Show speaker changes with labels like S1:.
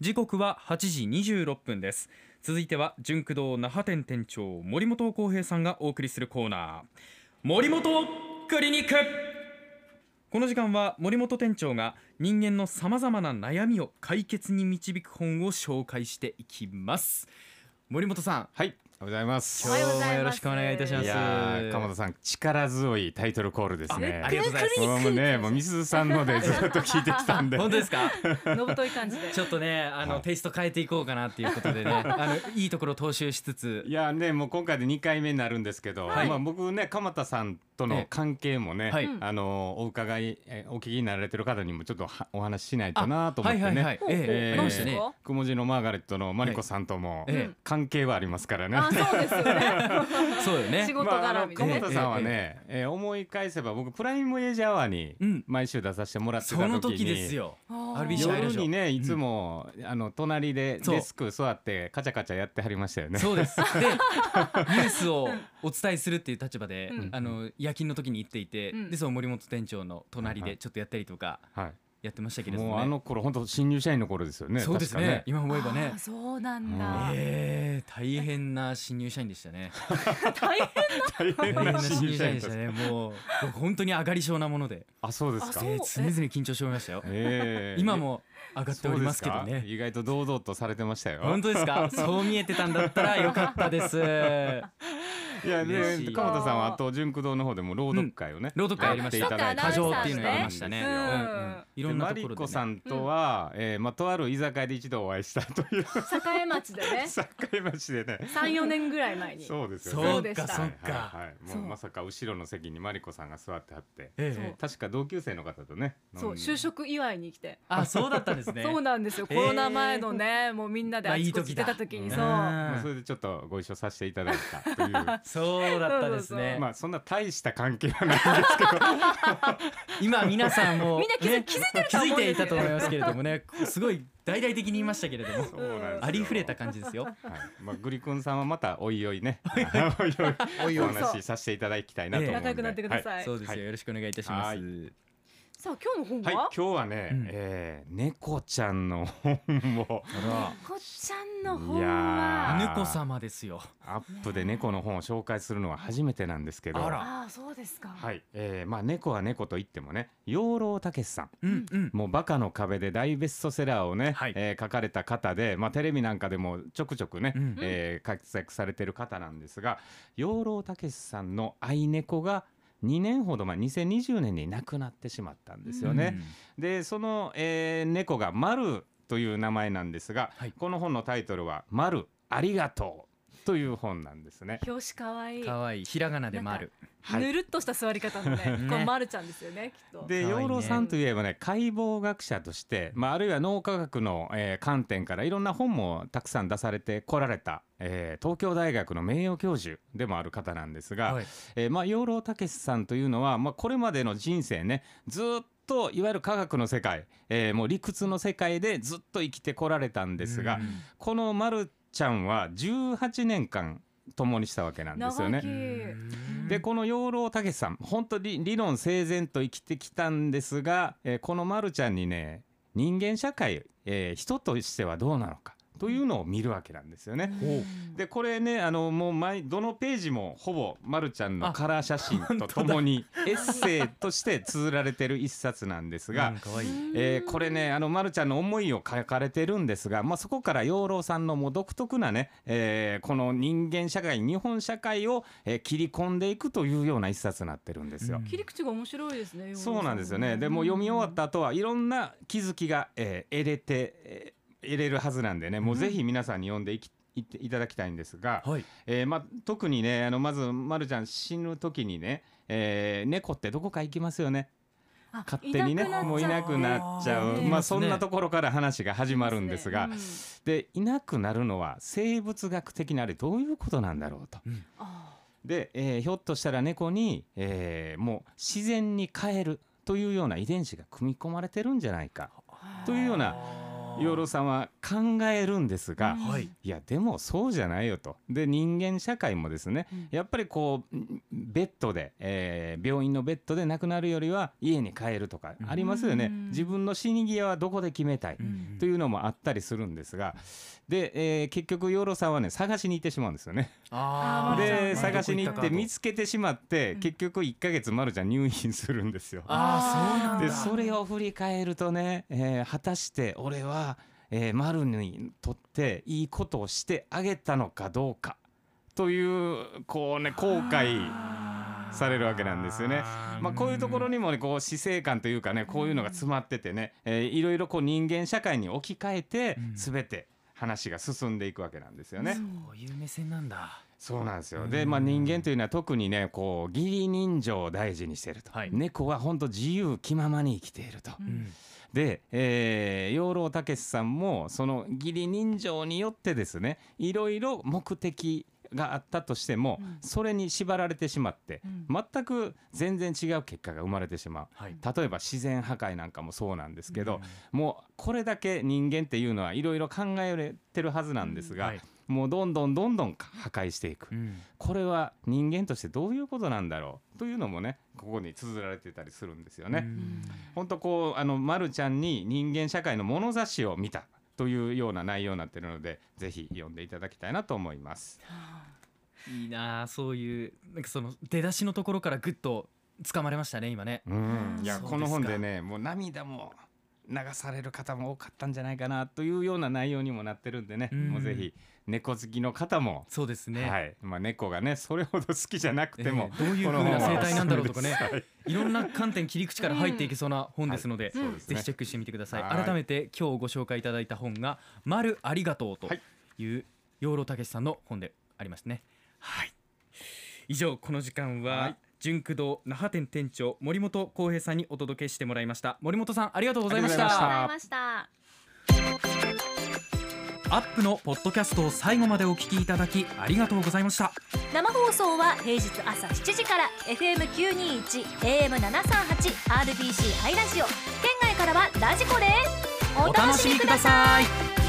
S1: 時刻は8時26分です続いては純駆動那覇店店長森本浩平さんがお送りするコーナー森本クリニックこの時間は森本店長が人間のさまざまな悩みを解決に導く本を紹介していきます森本さん
S2: はい、おはようございます。
S3: おはようござ
S1: 今日
S3: います
S1: もよろしくお願いいたします
S2: いやー、鎌田さん、力強いタイトルコールですね。
S1: ありがとうございます
S2: 僕もね、もうみすさんの でずっと聞いてきたんで。
S1: 本当ですか
S3: のぶとい感じで。
S1: ちょっとねあの、
S2: はい
S1: テイスト変えていこうかなっていうことでねあのいいところを踏襲しつつ
S2: いやね、もう今回で2回目になるんですけど、
S1: はい
S2: まあ僕ね、鎌田さんとの関係もね、
S1: はい
S2: あのお伺い、えお聞きになられてる方にもちょっとはお話ししないとなと思ってね。
S1: はいはいはい、ええ
S2: え
S1: ありましたね
S3: どう
S2: くもじのマーガレットのマリコさんとも
S1: ええ
S2: 関係はありますからね。
S3: あ、そうですよね。
S1: そうよね
S3: 仕事絡みで
S2: まああの久。保
S3: ね
S2: 田さんはね、えー思い返せば僕プライムウェイジャワーに
S1: うん
S2: 毎週出させてもらってた
S1: そ
S2: 時に、
S1: の時ですよ
S3: あー
S1: RBC
S2: 夜にねいつも、あの隣で
S1: そう
S2: デスク座ってカチャカチャやってはりましたよね。
S1: そう ですでニュースをお伝えするっていう立場で、
S3: うん
S1: あの夜勤の時に行っていて、
S3: うん
S1: でその森本店長の隣
S2: はい
S1: で
S2: はい
S1: ちょっとやったりとか
S2: は
S1: やってましたけ
S2: い、
S1: れども,、ね
S2: もうあの頃本当新入社員の頃ですよね。
S1: そうですね
S2: 確か
S1: 今思えば
S3: あ
S1: ね
S3: ーそうなんだ。
S1: ええ大変な新入社員でしたね
S3: 大 変。
S2: 大
S1: 大
S2: 変
S1: 変
S2: な
S1: な
S2: 新
S1: 新
S2: 入
S1: 入
S2: 社
S1: 社
S2: 員
S1: 員で
S2: でし
S1: したた
S2: ね。
S1: ねもう僕本当に上がり症なもので、
S2: あそうですか
S3: あ。そう
S1: ええ常々緊張しておりましたよ
S2: ええ
S1: 今も上がっておりますけど
S2: そうです
S1: ね
S2: か意外と堂々とされてましたよ。
S1: 本当です かそう見えてたんだったらよかったです
S2: いや
S1: 嬉し
S2: ね
S1: い
S2: 鎌田さんはあと純駆動の方でも朗読会をね、
S1: 朗読会やりました
S2: やっていただいて
S1: 過剰っていうのやりましたね
S3: うん
S1: い
S2: で
S1: ろんな
S2: マ
S1: ところ
S2: リ
S1: で、
S2: コ
S1: ね、
S2: さんとは、えーまあ、とある居酒屋で一度お会いしたという
S3: 栄町でね。
S2: 境町 でね
S3: 三四年ぐらい前に。
S2: そうですよね
S1: そ
S3: そううでし
S1: か
S3: た
S1: そう
S2: はい
S1: か、
S2: はいはい
S3: そう
S2: もうまさか後ろの席にマリコさんが座ってはって
S1: え
S3: そう
S1: え
S2: 確か同級生の方とね
S3: そう
S2: 飲んで
S3: 就職祝いに来て。
S1: あそうだったんですね
S3: そうなんですよ。コロナ前のね、もうみんなであちこち出た時にそう。
S1: ま
S2: まあ、それでちょっとご一緒させていただいたというま
S1: そうだったです ね、
S2: あそんな大した関係はない
S1: 今皆さんも
S3: みんな気づ
S1: ね
S3: 気づいてる
S1: 気
S3: と
S1: づ
S3: 思
S1: いうてい
S3: んです
S1: た
S3: よ
S1: と思いますけれどもねすごい大々的に言いましたけれども
S2: そうなんですよ
S1: ありふれた感じですよ
S2: はいまあ、グリコンさんはまたおいおいねおいおいお話しさせていただきたいなと思うんで
S3: 仲良くなってくだ
S2: はい
S3: さい。
S1: そうですよ、
S2: はい
S1: よろしくお願いいたします
S2: は
S3: さあ、今日の本
S2: はい、
S3: は。
S2: 今日はね、
S1: うん
S2: えー猫ちゃんの本を
S1: あ
S3: こっちゃんの
S2: い
S3: 本
S2: や
S1: ら
S2: ー
S3: は。
S1: 猫様ですよ
S2: アップで猫の本を紹介するのは初めてなんですけど
S1: あら
S3: ああ、そうですか。
S2: はいえーまあ、猫は猫と言ってもね養老孟司さん
S1: うんうん
S2: もう「バカの壁」で大ベストセラーをね、
S1: はい
S2: えー書かれた方で、まあ、テレビなんかでもちょくちょくね、
S1: うん
S2: えー活躍されてる方なんですが養老孟司さんの愛猫が2年ほど前2020年に亡くなってしまったんですよね。でその、えー猫が「まるという名前なんですが、
S1: はい
S2: この本のタイトルは「まるありがとう」という本なんですね。
S3: 表紙かわいい。
S1: 可愛いひらがなで丸
S2: はい
S3: ぬるっとした座り方のね、
S1: ね
S3: これまるちゃんですよね、きっと。
S1: 可愛
S2: で
S1: いね
S2: 養老さんといえばね解剖学者として、まあ、あるいは脳科学の、えー観点からいろんな本もたくさん出されてこられた、えー東京大学の名誉教授でもある方なんですが、
S1: はい
S2: えーまあ、養老孟司さんというのは、まあ、これまでの人生ねずっといわゆる科学の世界、えーもう理屈の世界でずっと生きてこられたんですが、
S1: うん
S2: このまるちゃんは18年間共にしたわけなんですよね。
S3: 長生
S2: でこの養老孟司さん本当に理論整然と生きてきたんですが、えーこのまるちゃんにね人間社会、えー人としてはどうなのかというのを見るわけなんですよね。
S3: き。うん
S2: でこれねあのもう毎どのページもほぼまるちゃん
S1: あ
S2: のカラー写真とともにエッセイとして綴られてる一冊なんですが、
S1: うん可愛い
S2: えーこれ。ねあの、ま、るちゃんの思いを書かれてるんですが、まあ、そこから養老さんのもう独特なね、えーこの人間社会日本社会を、えー切り込んでいくというような一冊になってるんですよ。
S1: うん
S3: 切り口が面白いですね。
S2: そうなんですよねでもう読み終わった後はいろんな気づきが、えー得れて、えー得れるはずなんでねもうぜひ皆さんに読んでいきいっていただきたいんですが、
S1: はい
S2: えーまあ、特にねあのまず、ま、るちゃん死ぬ時にね、えー猫ってどこか行きますよね。
S3: あ
S2: 勝手にね
S3: いなくな
S2: も
S3: っちゃって
S2: ういなくなっちゃう
S3: あ
S2: ま
S3: ーね
S2: あそんなところから話が始まるんですが
S3: うん
S2: でいなくなるのは生物学的なあれどういうことなんだろうと。
S3: あ
S2: で、えーひょっとしたら猫に、えーもう自然に変えるというような遺伝子が組み込まれてるんじゃないか
S3: ー
S2: というような
S1: あ
S2: 養老さんは考えるんですが、
S3: うん
S4: はい
S2: いやでもそうじゃないよとで人間社会もですね、
S3: うん
S2: やっぱりこうんベッドで、えー病院のベッドで亡くなるよりは家に帰るとかありますよね、
S3: うん
S2: 自分の死に際はどこで決めたい、
S1: うん
S2: というのもあったりするんですがで、えー結局養老さんはね探しに行ってしまうんですよね。
S4: あー
S3: まるちゃん
S2: で
S3: は
S2: 探しに行っ
S4: どこ行
S2: て見
S4: たかと
S2: つけてしまって
S3: うん
S2: 結局1ヶ月まるちゃん入院するんですよ。
S4: あーそうなんだ
S2: でそれを振り返るとね、えー果たして俺は、えー、丸にとっていいことをしてあげたのかどうかというこうね後悔されるわけなんですよね。まあ、こういうところにもねこう死生観というかねこういうのが詰まっててね、えーいろいろこう人間社会に置き換えて
S1: うん
S2: 全て話が進んでいくわけなんですよね。
S4: そういう目線なんだ
S2: そうなんですよ。
S1: う
S2: で、
S1: ん
S2: まあ、人間というのは特にね、こう義理人情を大事にしていると、
S4: はい
S2: 猫は本当自由気ままに生きていると。
S3: うん
S1: うん
S2: で、えー、養老たけしさんもその義理人情によってですね、いろいろ目的があったとしても、
S3: うん
S2: それに縛られてしまって、
S3: うん
S2: 全く全然違う結果が生まれてしまう。
S4: はい
S2: 例えば自然破壊なんかもそうなんですけど、もうこれだけ人間っていうのはいろいろ考えれてるはずなんですが、
S4: はい
S2: もうどんどんどんどん破壊していく、
S4: うん
S2: これは人間としてどういうことなんだろうというのもねここに綴られてたりするんですよね。ほんとこうあの、ま、るちゃんに人間社会の物差しを見たというような内容になってるのでぜひ読んでいただきたいなと思います。
S4: いいなあそういうなんかその出だしのところからぐっと掴まれましたね今ね
S2: うん
S3: あ、ー
S2: いや
S4: そうですか
S2: この本でねもう涙も流される方も多かったんじゃないかなというような内容にもなってるんでね、
S4: うん
S2: もうぜひ猫好きの方も、
S4: そうですね、
S2: はいまあ、猫がねそれほど好きじゃなくても、
S4: ええどういう
S2: この
S4: 風
S2: 本は
S4: な生態なんだろうとか
S2: お
S4: ね
S2: すすめです
S4: いろんな観点切り口から入っていけそうな本ですので、
S2: はいそうです
S4: ぜ
S2: ね
S4: ひチェックしてみてください
S2: はい
S4: 改めて今日ご紹介いただいた本が「まるありがとう」と
S2: はい
S4: いう養老たけしさんの本でありますね
S1: はい。以上この時間
S2: は
S1: はい純駆動那覇店店長森本浩平さんにお届けしてもらいました。森本さんありがとうございまし
S2: ありがとうございました
S1: た。
S3: わかりました。
S1: アップのポッドキャストを最後までお聞きいただきありがとうございました
S5: 生放送は平日朝7時から FM921 AM738 RBC ハイラジオ県外からはラジコですお楽しみください
S1: さい